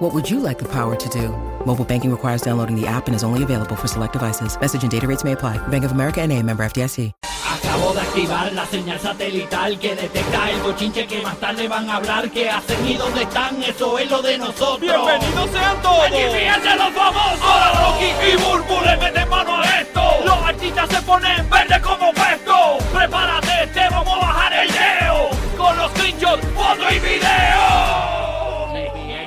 What would you like the power to do? Mobile banking requires downloading the app and is only available for select devices. Message and data rates may apply. Bank of America and a member FDIC. Acabo de activar la señal satelital que detecta el bochinche que más tarde van a hablar. ¿Qué hacen y dónde están? Eso es lo de nosotros. ¡Bienvenidos sean todos! ¡Aquí fíjense los famosos! Ahora Rocky y Burbu le meten mano a esto. Los artistas se ponen verde como puesto. Prepárate, te vamos a bajar el leo. Con los screenshots, foto y video.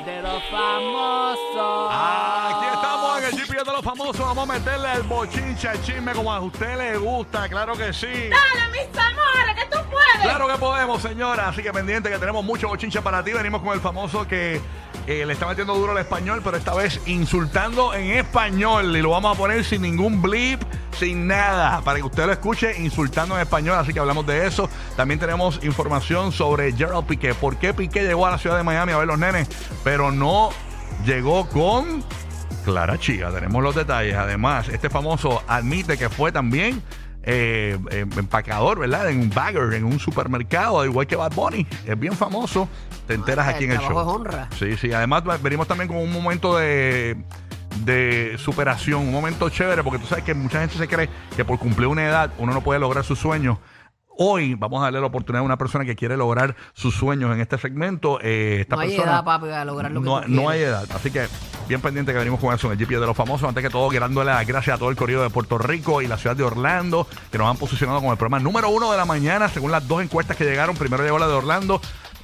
de los famosos. Aquí estamos en el GP de los famosos. Vamos a meterle el bochinche, el chisme como a usted le gusta. Claro que sí. Dale, mis amores, que tú puedes. Claro que podemos, señora. Así que pendiente que tenemos mucho bochinche para ti. Venimos con el famoso que eh, le está metiendo duro al español, pero esta vez insultando en español. Y lo vamos a poner sin ningún blip, sin nada, para que usted lo escuche insultando en español. Así que hablamos de eso. También tenemos información sobre Gerald Piqué. ¿Por qué Piqué llegó a la ciudad de Miami a ver los nenes, pero no llegó con... Clara Chía, tenemos los detalles. Además, este famoso admite que fue también eh, eh, empacador, ¿verdad? En un bagger, en un supermercado, al igual que Bad Bunny. Es bien famoso. Ah, Te enteras aquí en el show. Sí, sí. Además, va- venimos también con un momento de de superación, un momento chévere, porque tú sabes que mucha gente se cree que por cumplir una edad uno no puede lograr sus sueños. Hoy vamos a darle la oportunidad a una persona que quiere lograr sus sueños en este segmento. Eh, esta No hay persona- edad, papi, para lograr lo que no, tú no quieres. hay edad. Así que bien pendiente que venimos con eso en el GPS de los famosos. Antes que todo, quiero dándole las gracias a todo el corrido de Puerto Rico y la ciudad de Orlando, que nos han posicionado como el programa número uno de la mañana, según las dos encuestas que llegaron. Primero llegó la de Orlando.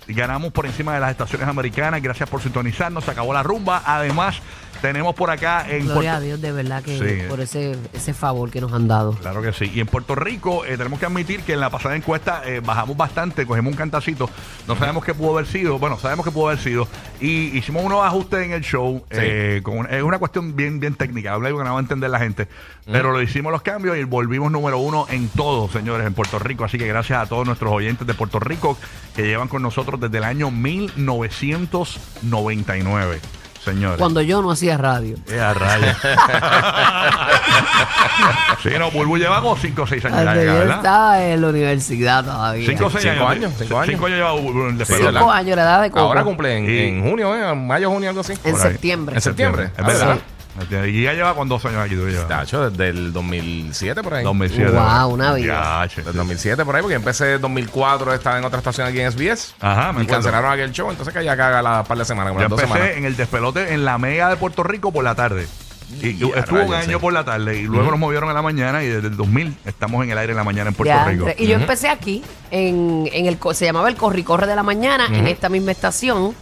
y Ganamos por encima de las estaciones americanas. Gracias por sintonizarnos. Se acabó la rumba. Además, tenemos por acá en Gloria Puerto- a Dios, de verdad, que Sí. por ese, ese favor que nos han dado. Claro que sí. Y en Puerto Rico eh, tenemos que admitir que en la pasada encuesta eh, bajamos bastante, cogimos un cantacito. No sabemos qué pudo haber sido. Bueno, sabemos qué pudo haber sido. Y hicimos unos ajustes en el show. eh, con una- es una cuestión bien, bien técnica. Habla algo que no va a entender la gente. Pero lo hicimos los cambios y volvimos número uno en todo, señores, en Puerto Rico. Así que gracias a todos nuestros oyentes de Puerto Rico que llevan con nosotros desde el año 1999. Señores. Cuando yo no hacía radio. Eh, a rayos. sí, no, Bulbu lleva como 5 o 6 años. Cuando ya, yo ¿verdad? estaba en la universidad todavía. 5 o 6 Cinco años. años, cinco años. 5 años lleva Bulbu en el Sí, pelo. ¿verdad? Cinco años, la edad de coco. Ahora cumple en, Y- en junio, ¿eh? En mayo, junio, algo así. En Por ahí. septiembre. En septiembre. Es verdad. Ah, Y ya lleva con 2 años aquí. Tú llevas. Tacho, desde el 2007 por ahí. Uh, 2007. Wow, una vida. Ya, che, Desde sí. el 2007 por ahí, porque empecé en 2004, estaba en otra estación aquí en SBS. Ajá, me Y acuerdo. cancelaron aquel show, entonces que ya caga la par de semanas, como Yo las dos empecé semanas. en el despelote en la mega de Puerto Rico por la tarde. Y, y Y a estuvo un rayos, año sí. por la tarde y luego nos movieron a la mañana y desde el 2000 estamos en el aire en la mañana en Puerto Ya, Rico. entre- Y yo empecé aquí, en, en el, co- se llamaba el Corricorre de la Mañana, en esta misma estación.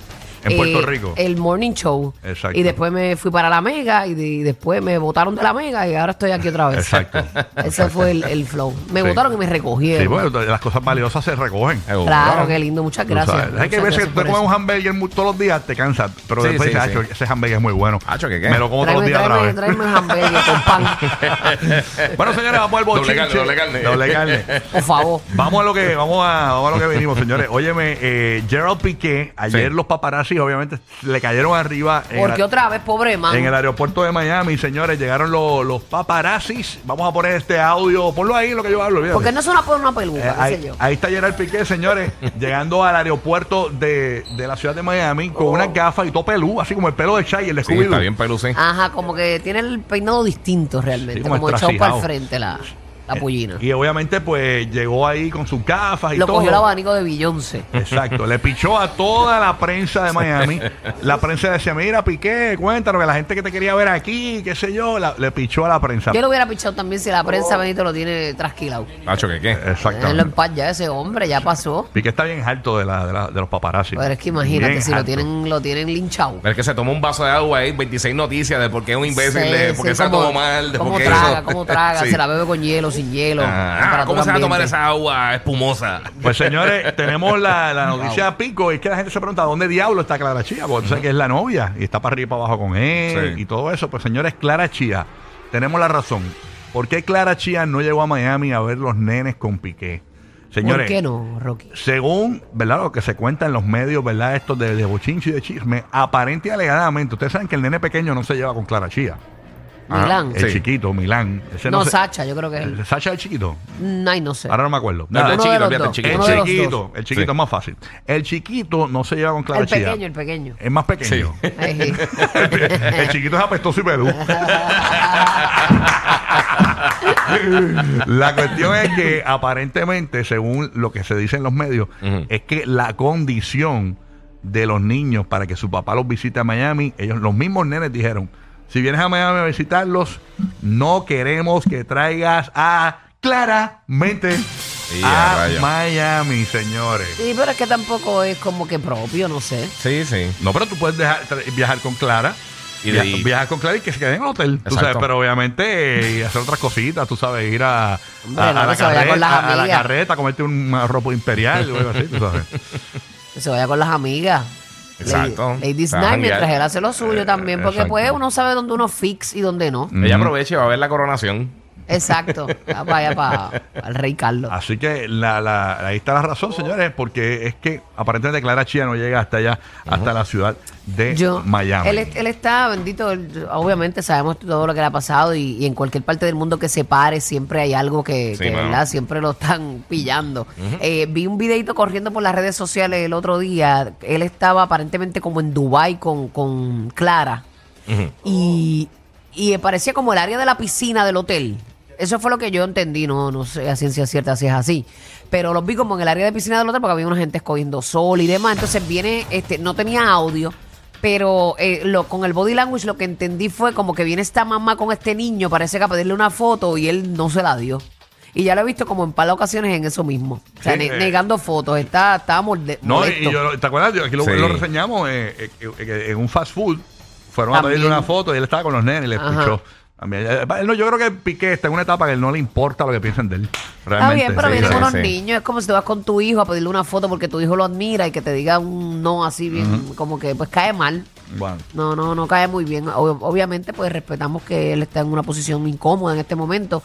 eh, En Puerto Rico. El Morning Show. Exacto. Y después me fui para la Mega y, de- y después me votaron de la Mega y ahora estoy aquí otra vez. Exacto. Ese fue el, el flow. Me Sí. votaron y me recogieron. Sí, bueno, las cosas valiosas se recogen. Seguro. Claro, qué lindo, muchas Tú gracias. sabes, Es que a veces Muchas que gracias tú por te comes eso. un hamburger mu- todos los días, te cansa. Pero Sí, después sí, dices, sí. "Acho, ese hamburger es muy bueno. Acho, ¿qué qué? Me lo como todos los días otra tráeme, vez. tráeme un hamburgues con pan, Bueno, señores, vamos al bochinche. Doble carne, doble carne. Doble carne. por favor. Vamos a lo que vamos a, vamos a lo que venimos, señores. Óyeme, eh, Gerald Piqué, ayer Sí. los paparazzi obviamente le cayeron arriba en, Porque la- otra vez, pobre man. en el aeropuerto de Miami, señores, llegaron los, los paparazzis. Vamos a poner este audio, ponlo ahí lo que yo hablo. olvídate. Porque no es una, por una Eh, peluca, qué sé ahí, yo. ahí está Gerard Piqué, señores, llegando al aeropuerto de, de la ciudad de Miami con Oh. unas gafas y todo pelú, así como el pelo de Chay, el de Sí, Scooby-Doo. está bien pelú, sí. Ajá, como que tiene el peinado distinto realmente, Sí, como como echado para estracijado. el frente la, la pollina. Y obviamente, pues, llegó ahí con sus gafas y Lo todo. cogió el abanico de Beyoncé. Exacto, le pichó a toda la prensa de Miami. La prensa decía, mira, Piqué, cuéntanos que la gente que te quería ver aquí, qué sé yo, la- le pichó a la prensa. Yo lo hubiera pichado también si la prensa Benito lo tiene trasquilado. Tacho, ¿qué qué? Déjenlo en Exactamente. paz ya ese hombre, ya pasó. Piqué está bien alto de, la, de, la- de los paparazzi. Pero es que imagínate, Bien si lo alto. tienen, lo tienen linchado. Pero es que se tomó un vaso de agua ahí, 26 noticias de por qué es un imbécil, Sí, de eh, sí, por qué se la como- tomó mal, de Cómo por qué traga, eso. cómo traga, Sí. se la bebe con hielo, sin hielo. Ah, temperatura ¿Cómo se va a tomar ambiente. esa agua espumosa? Pues señores, tenemos la, la noticia pico y es que la gente se pregunta dónde diablo está Clara Chía, porque tú sabes que es la novia y está para arriba y para abajo con él Sí. y todo eso. Pues señores, Clara Chía, tenemos la razón. ¿Por qué Clara Chía no llegó a Miami a ver los nenes con Piqué? Señores, ¿Por qué no, Rocky? según ¿verdad? lo que se cuenta en los medios, ¿verdad? Estos de, de bochinche y de chisme, aparente y alegadamente, ustedes saben que el nene pequeño no se lleva con Clara Chía. Ajá. Milán. El Sí. chiquito, Milán. Ese No, se- Sacha, yo creo que es él. el- Sacha es el chiquito. No, Ay, no sé. Ahora no me acuerdo. No, Nada, el Uno chiquito, de los fíjate, el dos, chiquito. uno de el los chiquito, dos. el chiquito Sí. es más fácil. El chiquito no se lleva con Clara El Chía. pequeño, el pequeño. Es más pequeño. Ay, el chiquito es apestoso y pelú. la cuestión es que aparentemente, según lo que se dice en los medios, Ujú. es que la condición de los niños para que su papá los visite a Miami, ellos, los mismos nenes dijeron, si vienes a Miami a visitarlos, no queremos que traigas a claramente Y a a rayos. Miami, señores. Sí, pero es que tampoco es como que propio, no sé. Sí, sí. No, pero tú puedes dejar- tra- viajar con Clara. Y Y de viajar, ahí- con Clara y que se quede en el hotel. Tú Exacto. sabes, pero obviamente eh, hacer otras cositas, tú sabes, ir a, a- Hombre, a no, la, que se vaya carreta, con las a, a la amigas. carreta, comerte un ropa imperial o algo así, tú sabes. Que se vaya con las amigas. Exacto. Lady Lady Se va a Snide, janguear. mientras él hace lo suyo también, porque exacto. Mm. pues uno sabe dónde uno fix y dónde no. Ella aprovecha y va a ver la coronación. Exacto. Ah, Vaya para el rey Carlos. Así que la, la- ahí está la razón, señores, porque es que aparentemente Clara Chía no llega hasta allá, hasta la ciudad de Yo, Miami. Él, es- él está, bendito, él- obviamente sabemos todo lo que le ha pasado y, y en cualquier parte del mundo que se pare siempre hay algo que, Sí, que, mano. ¿verdad? Siempre lo están pillando. Eh, vi un videito corriendo por las redes sociales el otro día. Él estaba aparentemente como en Dubai con, con Clara y, y parecía como el área de la piscina del hotel. Eso fue lo que yo entendí, no, no sé a ciencia cierta si es así. Pero los vi como en el área de piscina del hotel porque había una gente escogiendo sol y demás. Entonces viene, este, no tenía audio, pero eh, lo, con el body language lo que entendí fue como que viene esta mamá con este niño, parece que a pedirle una foto y él no se la dio. Y ya lo he visto como en par de ocasiones en eso mismo. O sea, Sí, ne- eh. negando fotos, está, está molde- No, y- molesto. y yo, ¿te acuerdas? Yo- Aquí lo, Sí. lo reseñamos eh, eh, eh, eh, en un fast food. Fueron a pedirle También. una foto y él estaba con los nenes y le Ajá. escuchó. También, eh, él no, yo creo que Piqué está en una etapa que él no le importa lo que piensen de él. Está Realmente. bien, pero sí, vienen sí, unos sí. niños. Es como si te vas con tu hijo a pedirle una foto porque tu hijo lo admira y que te diga un no así bien, como que pues cae mal. Bueno. No, no, no cae muy bien. Ob- obviamente, pues respetamos que él está en una posición incómoda en este momento,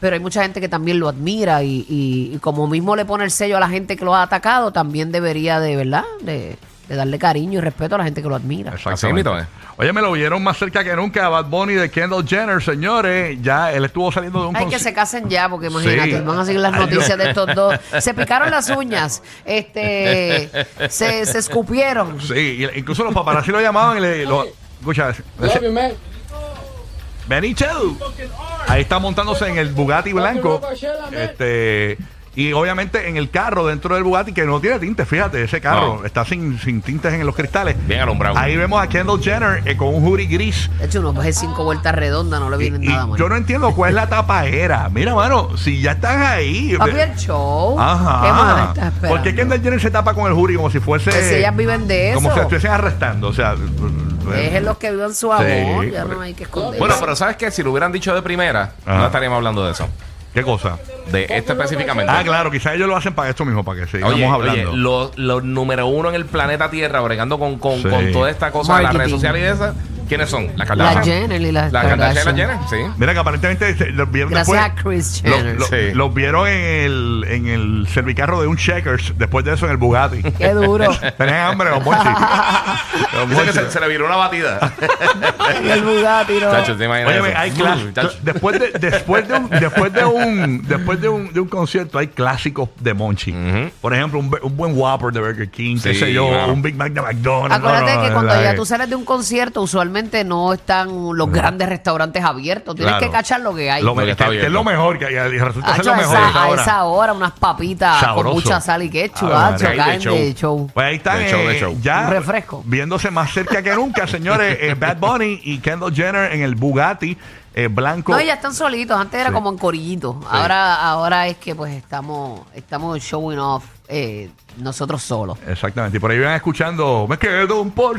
pero hay mucha gente que también lo admira y, y- y como mismo le pone el sello a la gente que lo ha atacado, también debería de, ¿verdad? De, de darle cariño y respeto a la gente que lo admira. Exactamente. Así mismo Oye, me lo vieron más cerca que nunca a Bad Bunny de Kendall Jenner, señores. Ya él estuvo saliendo de un Hay que conci- se casen ya, porque imagínate, Sí. van a seguir las Ay, noticias no. de estos dos. Se picaron las uñas, este, se, se escupieron. Sí, y- incluso los paparazzi lo llamaban y le. Lo, escucha, ese- Benicio. Ahí está montándose en el Bugatti blanco. Este. Y obviamente en el carro, dentro del Bugatti, que no tiene tintes, fíjate, ese carro No. está sin, sin tintes en los cristales. Bien alumbrado. Ahí vemos a Kendall Jenner eh, con un hoodie gris. De hecho, uno coge cinco vueltas redondas, no le Y, vienen y nada mal. yo no entiendo cuál es la tapaera. Mira, mano, si ya están ahí. Papi, el show. Ajá. ¿Qué más estás esperando? ¿Por qué Kendall Jenner se tapa con el jury como si fuese. Pues si ellas viven de eso. Como si la estuviesen arrestando. O sea. eh, Dejen los que vivan su amor, Sí, ya no por- hay que esconder. Bueno, pero ¿sabes qué? Si lo hubieran dicho de primera, Ajá. no estaríamos hablando de eso. ¿Qué cosa? De este específicamente. Ah, claro, quizás ellos lo hacen para esto mismo, para que sigamos Oye, hablando. oye, los, los número uno en el planeta Tierra, bregando con, con, Sí. con toda esta cosa de las redes Marketing. sociales y de esas, ¿quiénes son? Las la Kardashian. Jenner y las Las Kardashian y las Jenner, sí. Mira que aparentemente se- los vieron Gracias después- a Kris lo- Jenner. lo- Sí. Los vieron en el, en el servicarro de un Checkers, después de eso en el Bugatti. Qué duro. Tenían hambre, los monchis. Los Dicen que se, monchis. se le viró una batida. el Bugatti, ¿no? Chacho, ¿te imaginas Óyeme, eso? hay clas- Mm, chacho. después de después de un después de un después de un, de un concierto hay clásicos de Monchi. Ujú. Por ejemplo, un, be- un buen Whopper de Burger King, qué Sí, sé yo, claro. un Big Mac de McDonald's. Acuérdate No, no, que no, cuando no, ya no, tú sales de un concierto, usualmente no están los grandes restaurantes abiertos. Tienes Claro. que cachar lo que hay. lo, que que, que está es abierto. lo mejor que hay, y resulta ser Hacho, lo a, mejor esa, esa a hora. esa hora unas papitas Sabroso. con mucha sal y Ah, ketchup, hacho, María, ahí de caen show. de show. Pues ahí están De show, de eh, show. ya Un refresco. viéndose más cerca que nunca, señores, eh, Bad Bunny y Kendall Jenner en el Bugatti eh, blanco. No, ya están solitos. Antes era Sí. como en corillitos. Ahora, ahora es que pues estamos, estamos showing off eh, nosotros solos. Exactamente. Y por ahí van escuchando, me quedo un por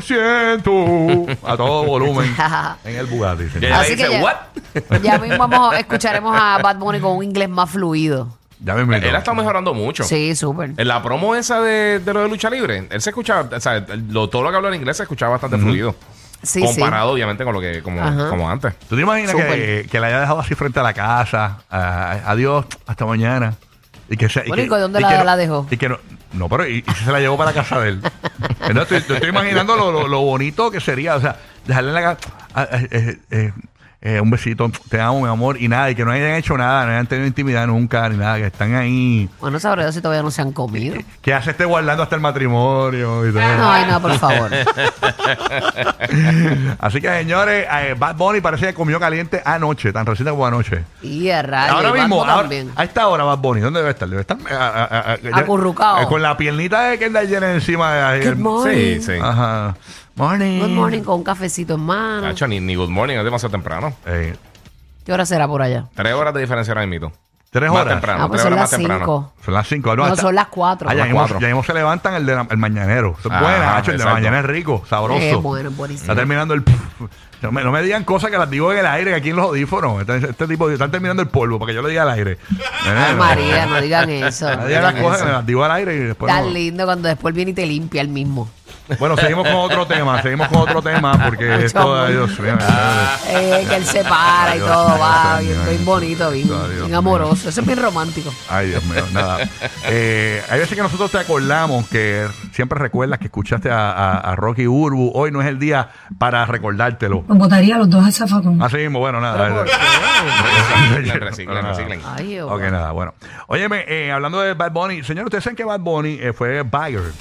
ciento a todo volumen en el Bugatti. señores. Y ella Así le que dice, ya- ¿what? Ya mismo vamos, escucharemos a Bad Bunny con un inglés más fluido. Ya me invito. Él ha estado mejorando mucho. Sí, súper. En la promo esa de, de lo de lucha libre, él se escuchaba, o sea, lo- todo lo que habló en inglés se escuchaba bastante fluido. Sí, comparado, obviamente, con lo que como, Ajá. como antes. ¿Tú te imaginas que, Súper. que la haya dejado así frente a la casa? Ah, adiós, hasta mañana. Y que sea, Bueno, ¿y que- con dónde la- que no- la dejó? Y que no, no, pero y, y si se la llevó para la casa de él. No, estoy, te estoy imaginando lo, lo- lo bonito que sería. O sea, dejarle en la casa. eh, un besito, te amo, mi amor. Y nada, y que no hayan hecho nada, no hayan tenido intimidad nunca, ni nada, que están ahí. sí. Bueno, sabrá Dios si todavía no se han comido. Que ya se esté guardando hasta el matrimonio. Y todo. No, ay, no, por favor. Así que, señores, eh, Bad Bunny parece que comió caliente anoche, tan reciente como anoche. Y a rayos, ahora y Bad mismo, Bunny ahora- Ah, también. a esta hora Bad Bunny, ¿dónde debe estar? Debe estar eh, ah, ah, ah, ya- Acurrucado. eh, con la piernita de Kendall Jenner encima de ahí. Good morning. Sí, sí. Ajá. Morning. Good morning con un cafecito en mano. Nacho, ni, ni good morning, es demasiado temprano. Eh, ¿Qué hora será por allá? Tres horas de diferencia ahora mismo. Tres Más horas. temprano, Ah, pues tres son horas las más temprano. cinco. Son las cinco. No, hasta- son las cuatro. Ah, ya Las mismo- cuatro. ya mismo se levantan el, de la- el mañanero. Eso es Ah, bueno, Nacho, el de la exacto. mañana es rico, sabroso. Eh, bueno, buenísimo. Está terminando el. No me, no me digan cosas que las digo en el aire aquí en los audífonos. Este, este tipo están terminando el polvo para que yo lo diga al aire. Ay, Eh, María, no digan eso. no Nadie las digan coge, eso. me las digo al aire y después. Tan Pues no- lindo cuando después viene y te limpia el mismo. Bueno, seguimos con otro tema, seguimos con otro tema porque Mucho esto, amor. ay, Dios mío, ay, Eh, que él se para y Dios todo, mío, va, Dios bien, mío. bien bonito, bien, Dios bien mío. amoroso. Eso es bien romántico. ay, Dios mío, nada. Eh, hay veces que nosotros te acordamos que siempre recuerdas que escuchaste a, a- a Rocky Urbu. Hoy no es el día para recordártelo. Los botaría a los dos al zafacón. Así mismo, bueno, nada. Reciclen, Ah. reciclen, reciclen. Ay, Jehová. Ok, nada, bueno. Óyeme, eh, hablando de Bad Bunny, señores, ustedes saben que Bad Bunny eh, fue buyer.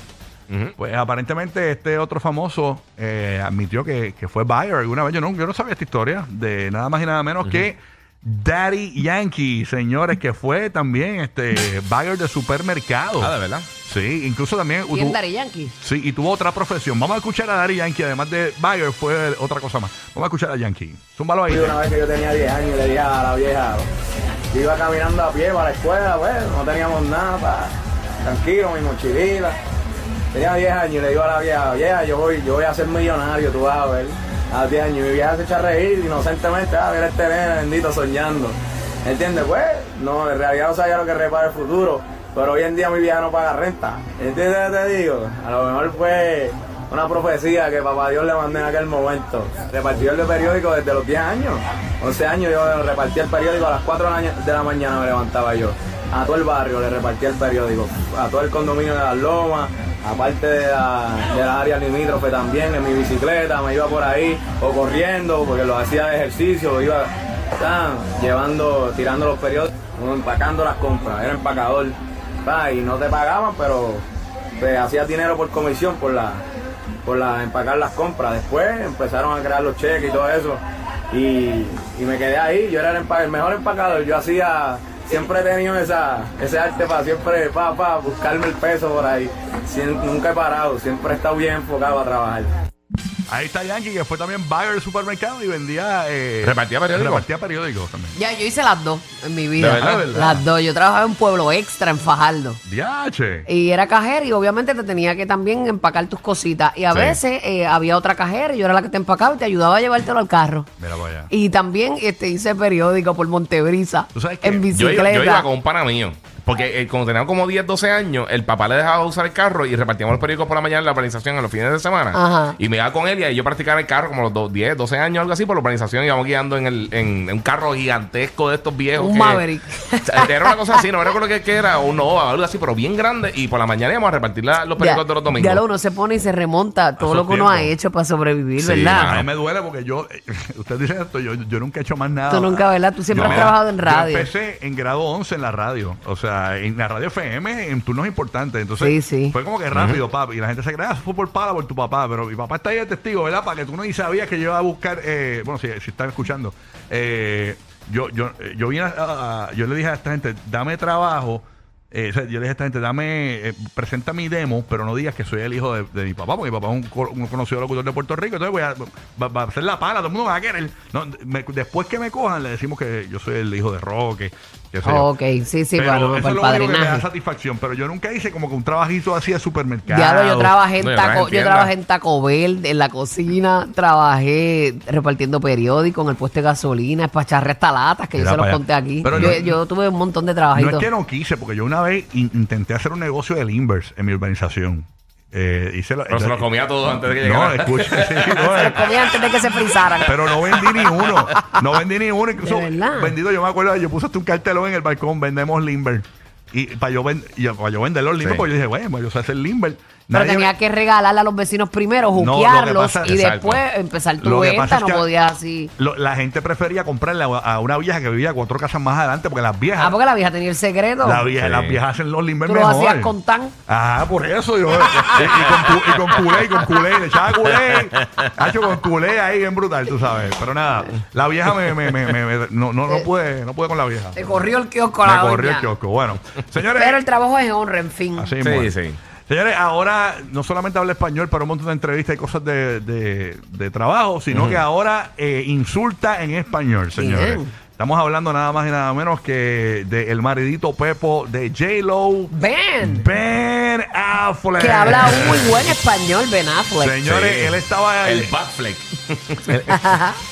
Pues aparentemente este otro famoso eh, admitió que, que fue buyer alguna vez. Yo no, yo no sabía esta historia de nada más y nada menos que Daddy Yankee, señores, que fue también este buyer de supermercado. Ah, de verdad. Sí, incluso también... ¿Quién tuvo- Daddy Yankee? Sí, y tuvo otra profesión. Vamos a escuchar a Daddy Yankee, además de buyer, fue otra cosa más. Vamos a escuchar a Yankee. Zúmbalo ahí. Una vez que yo tenía 10 años, le dije a la vieja, yo iba caminando a pie para la escuela, bueno, no teníamos nada, pa, tranquilo, mi mochilita. Tenía 10 años y le digo a la vieja, vieja, yo voy, yo voy a ser millonario, tú vas a ver. A los 10 años, mi vieja se echa a reír inocentemente, ah, mira este nene bendito soñando. ¿Entiendes? Pues, no, en realidad no sabía lo que repara el futuro, pero hoy en día mi vieja no paga renta. ¿Entiendes lo que te digo? A lo mejor fue una profecía que papá Dios le mandó en aquel momento. Repartió el periódico desde los 10 años. 11 años yo repartía el periódico a las 4 de la ña- de la mañana me levantaba yo. A todo el barrio le repartía el periódico. A todo el condominio de las lomas, aparte de la, de las áreas limítrofe también, en mi bicicleta, me iba por ahí, o corriendo, porque lo hacía de ejercicio, iba tan, llevando, tirando los periódicos, empacando las compras, era empacador. Pa, y no te pagaban, pero te hacías pues, dinero por comisión, por la, por la, empacar las compras. Después empezaron a crear los cheques y todo eso. Y, y me quedé ahí, yo era el, empa- el mejor empacador, yo hacía, siempre he tenido esa, ese arte para siempre, pa, pa, buscarme el peso por ahí. Sien- nunca he parado, siempre he estado bien enfocado a trabajar. Ahí está Yankee, que fue también buyer del supermercado y vendía. eh, Repartía periódicos. Repartía periódicos también. Ya, yo hice las dos en mi vida. verdad? ¿De verdad? Las dos. Yo trabajaba en Pueblo Extra, en Fajardo. Diache. Y era cajera y obviamente te tenía que también empacar tus cositas. Y a Sí. veces eh, había otra cajera y yo era la que te empacaba y te ayudaba a llevártelo al carro. Mira para allá. Y también este, hice periódico por Montebrisa. ¿Tú sabes qué? En Yo bicicleta. iba, yo iba con un pana mío. Porque eh, cuando teníamos como 10, 12 años, el papá le dejaba usar el carro y repartíamos los periódicos por la mañana en la urbanización en los fines de semana. Ajá. Y me iba con él y ahí yo practicaba el carro como los do- 10, 12 años, algo así, por la urbanización. Íbamos guiando en, el, en, en un carro gigantesco de estos viejos. Un que- Maverick. O sea, Era una cosa así, no recuerdo qué que era, un Nova o algo así, pero bien grande. Y por la mañana íbamos a repartir la- los Ya, periódicos de ya los lo domingos. uno se pone y se Ah, remonta todo lo que uno ha tiempos. hecho para sobrevivir, Sí, ¿verdad? A mí me duele porque yo, ustedes dicen esto, yo, yo nunca he hecho más nada. Tú nunca, ¿verdad? Tú siempre Yo, has mira, trabajado en yo radio. empecé en grado 11 en la radio, o sea, en la radio FM, en turnos importantes. Entonces, Sí, sí. fue como que rápido, papi. Y la gente se creía, "Ah, eso fue por pala, por tu papá. Pero mi papá está ahí de testigo, ¿verdad? Para que tú no ni sabías que yo iba a buscar, eh, bueno, si, si están escuchando, eh, yo, yo, eh, yo, vine a- a- a- yo le dije a esta gente, dame trabajo. eh, o sea, yo le dije a esta gente, dame, eh, presenta mi demo, pero no digas que soy el hijo de, de mi papá, porque mi papá es un, co- un conocido locutor de Puerto Rico, entonces voy a, va, va a hacer la pala, todo el mundo me va a querer. No, me- después que me cojan, le decimos que yo soy el hijo de Roque. qué sé yo. ok, sí, sí, Pero para, para eso es el lo único que me da padrinaje. satisfacción. Pero yo nunca hice como que un trabajito así de supermercado. Diablo, yo trabajé en No, yo trabajé en Taco, yo tienda. trabajé en Taco Bell, en la cocina, trabajé repartiendo periódicos en el puesto de gasolina, espacharré hasta latas, que Mira yo se los para allá. conté aquí. Pero Yo, no- yo tuve un montón de No trabajitos. es que no quise, porque yo una vez in- intenté hacer un negocio del inverse en mi urbanización. Eh, y se lo, Pero se los comía a todos antes de que No, llegara. escucha, sí, no, Se eh, los comí antes de que se frizaran. pero no vendí ni uno. No vendí ni uno. Incluso, ¿De verdad? vendido, yo me acuerdo, yo puse hasta un cartelón en el balcón, vendemos Limber. Y para yo, ven- yo- para yo vender los Limber, Sí. pues yo dije, bueno, yo sé hacer Limber. Pero Nadie tenía me- que regalarla a los vecinos primero, lo que juquearlos pasa- y Exacto. después empezar tu Lo que pasa venta. es No que- podías así. lo- la gente prefería comprarle a, a una vieja que vivía cuatro casas más adelante, porque las viejas. Ah, porque la vieja tenía el secreto. la vieja- Sí. Las viejas hacen los Limber Tú lo mejor. hacías con tan. Ah, por eso yo. y, y con, cu- y con culé, y con culé, le echaba culé. Hacho con culé ahí, bien brutal, tú sabes. Pero nada, la vieja me, me, me, me- me- no, no, no pude, no pude con la vieja. Te corrió el kiosco a la Me corrió doña. el kiosco. Bueno, señores. Pero el trabajo es honra, en fin. así mismo Sí, es. sí. Señores, ahora no solamente habla español para un montón de entrevistas y cosas de, de- de trabajo, sino que ahora eh, insulta en español, señores. Bien. Estamos hablando nada más y nada menos que del maridito Pepo de J-Lo, Ben, Ben Affleck. que habla un muy buen español, Ben Affleck. Señores, Sí. él estaba. El él- Batfleck.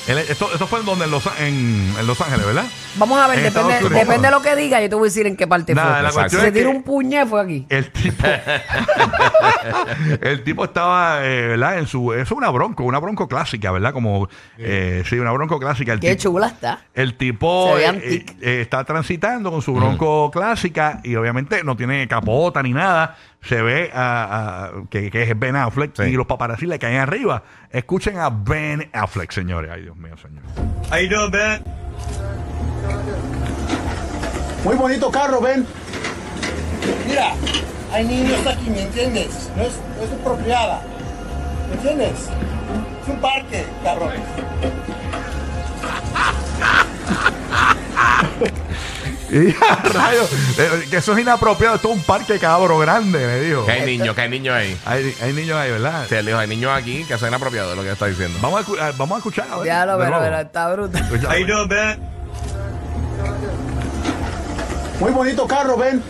él- esto, esto fue en, donde, en, Los, en, en Los Ángeles, ¿verdad? Vamos a ver, en depende, Estados Unidos. depende de lo que diga, yo te voy a decir en qué parte Nada, fue. la Si cuestión se es que- tira un puñe, fue aquí. El tipo. el tipo estaba, eh, ¿verdad? En su. Es una bronco, una bronco clásica, ¿verdad? Como. eh, sí, una bronco clásica. El Qué tipo- chula está. El tipo Se ve eh, antique. eh, eh, está transitando con su bronco clásica y obviamente no tiene capota ni nada. Se ve a, a- que, que es Ben Affleck Sí. y los paparazzi le caen arriba. Escuchen a Ben Affleck, señores. Ay, Dios mío, señor. How you doing, Ben? Muy bonito carro, ven. Mira, hay niños aquí, ¿me entiendes? No es, no es apropiada. ¿Me entiendes? Es un parque, cabrón. Y rayos, eh, que eso es inapropiado. Esto es un parque cabro grande, me dijo. Que hay niños, que hay niños ahí. Hay, hay niños ahí, ¿verdad? Se le dijo, hay niños aquí que son inapropiados, lo que está diciendo. Vamos, a, escu- a- vamos a escuchar. a ver, Ya lo de pero, nuevo. pero está brutal. Escucha, How you bueno. doing, Ben? Muy bonito carro, ven.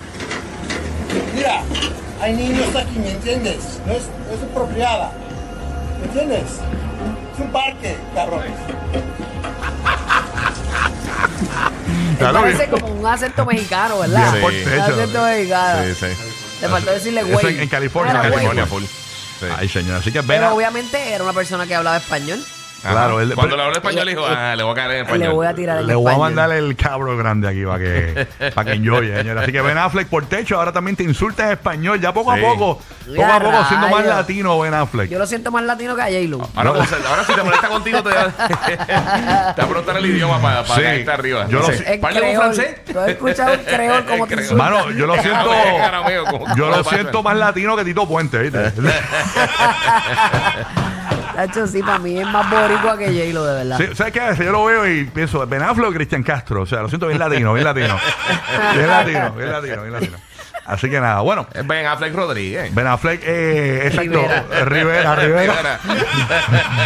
Mira, hay niños aquí, ¿me entiendes? No es, no es apropiada. ¿Me entiendes? Es un parque, cabrón. Ya lo Parece vi. como un acento mexicano, ¿verdad? Sí. Por Un techo. acento mexicano. Sí, sí. Le faltó decirle Eso güey. en- en California, Era en güey. California full. Sí. Ay, señor. Así que Ben Pero Affleck. obviamente era una persona que hablaba español. Ajá. Claro, él- pero- Cuando le habló español, dijo, ah, le voy a caer en español. Le voy a tirar el Le voy español. a mandar el cabro grande aquí para que, para que enjoye, señor. Así que Ben Affleck por techo, ahora también te insulta en español, ya poco Sí. a poco, poco Ya a poco siendo más rayos. latino Ben Affleck. Yo lo siento más latino que a J-Lo. Ahora, pues, ahora si te molesta contigo, te, te va a brotar el idioma para, para Sí. caerte arriba. Yo lo Sí. sé. En Parle un creol. francés. Tú has escuchado el creol como te El creol. insulta. Mano, eh. yo lo siento, Carameo, como- yo lo como siento Batman. más latino que Tito Puente, ¿viste? Tacho, sí, para mí es más boricua que J-Lo, de verdad. Sí, ¿Sabes qué? A veces Yo lo veo y pienso, ¿Ben Affleck o Cristian Castro? O sea, lo siento bien latino, bien latino. Bien latino, bien latino, bien latino. Así que nada, bueno. Es Ben Affleck Rodríguez. Ben Affleck, eh, exacto, Rivera, Rivera.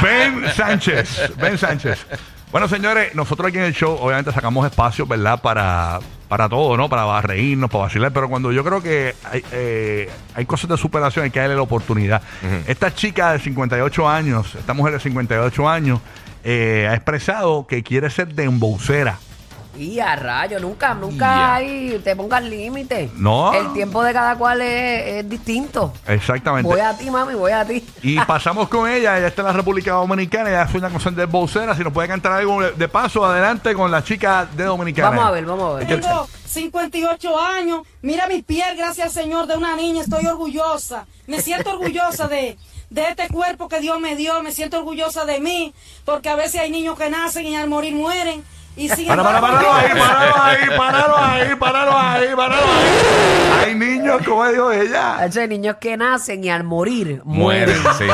Ben Sánchez, Ben Sánchez. Bueno, señores, nosotros aquí en el show obviamente sacamos espacio, ¿verdad? Para, para todo, ¿no? Para reírnos, para vacilar, pero cuando yo creo que hay, eh, hay cosas de superación, hay que darle la oportunidad. Esta chica de 58 años, esta mujer de 58 años, eh, ha expresado que quiere ser dembocera. Y a rayo, nunca, nunca Ya. hay, te pongas límite. No. El tiempo de cada cual es, es distinto. Exactamente. Voy a ti, mami, voy a ti. Y pasamos con ella, ella está en la República Dominicana, ella hace una canción de vocera, si nos puede cantar algo de paso, adelante con la chica de Dominicana. Vamos a ver, vamos a ver. Tengo 58 años. Mira mi piel, gracias al Señor, de una niña. Estoy orgullosa. Me siento orgullosa de, de este cuerpo que Dios me dio. Me siento orgullosa de mí. Porque a veces hay niños que nacen y al morir mueren. Y sin Para, para, embargo, paralo ahí, paralo ahí, paralo ahí, paralo ahí, paralo ahí. Hay niños, como dijo ella. Hacho, hay niños que nacen y al morir Muere, mueren. sí.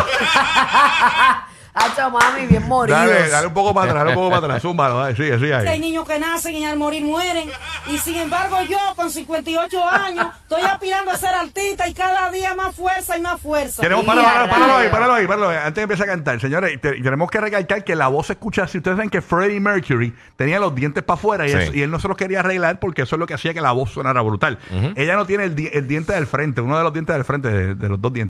Hacho, mami, bien moridos. Dale, dale un poco para atrás, dale un poco para atrás, zúmbalo, dale, sigue, sigue Hay ahí. niños que nacen y al morir mueren. Y sin embargo yo con 58 años estoy aspirando a ser artista y cada día más fuerza y más fuerza. Queremos, Mira, páralo, páralo, páralo ahí, rayo. páralo ahí, páralo ahí, antes de empezar a cantar. Señores, te- tenemos que recalcar que la voz se escucha, si ustedes ven que Freddie Mercury tenía los dientes para afuera y, Sí. eso- y él no se los quería arreglar porque eso es lo que hacía que la voz sonara brutal. Ella no tiene el, di- el diente del frente, uno de los dientes del frente, de- de los dos dientes.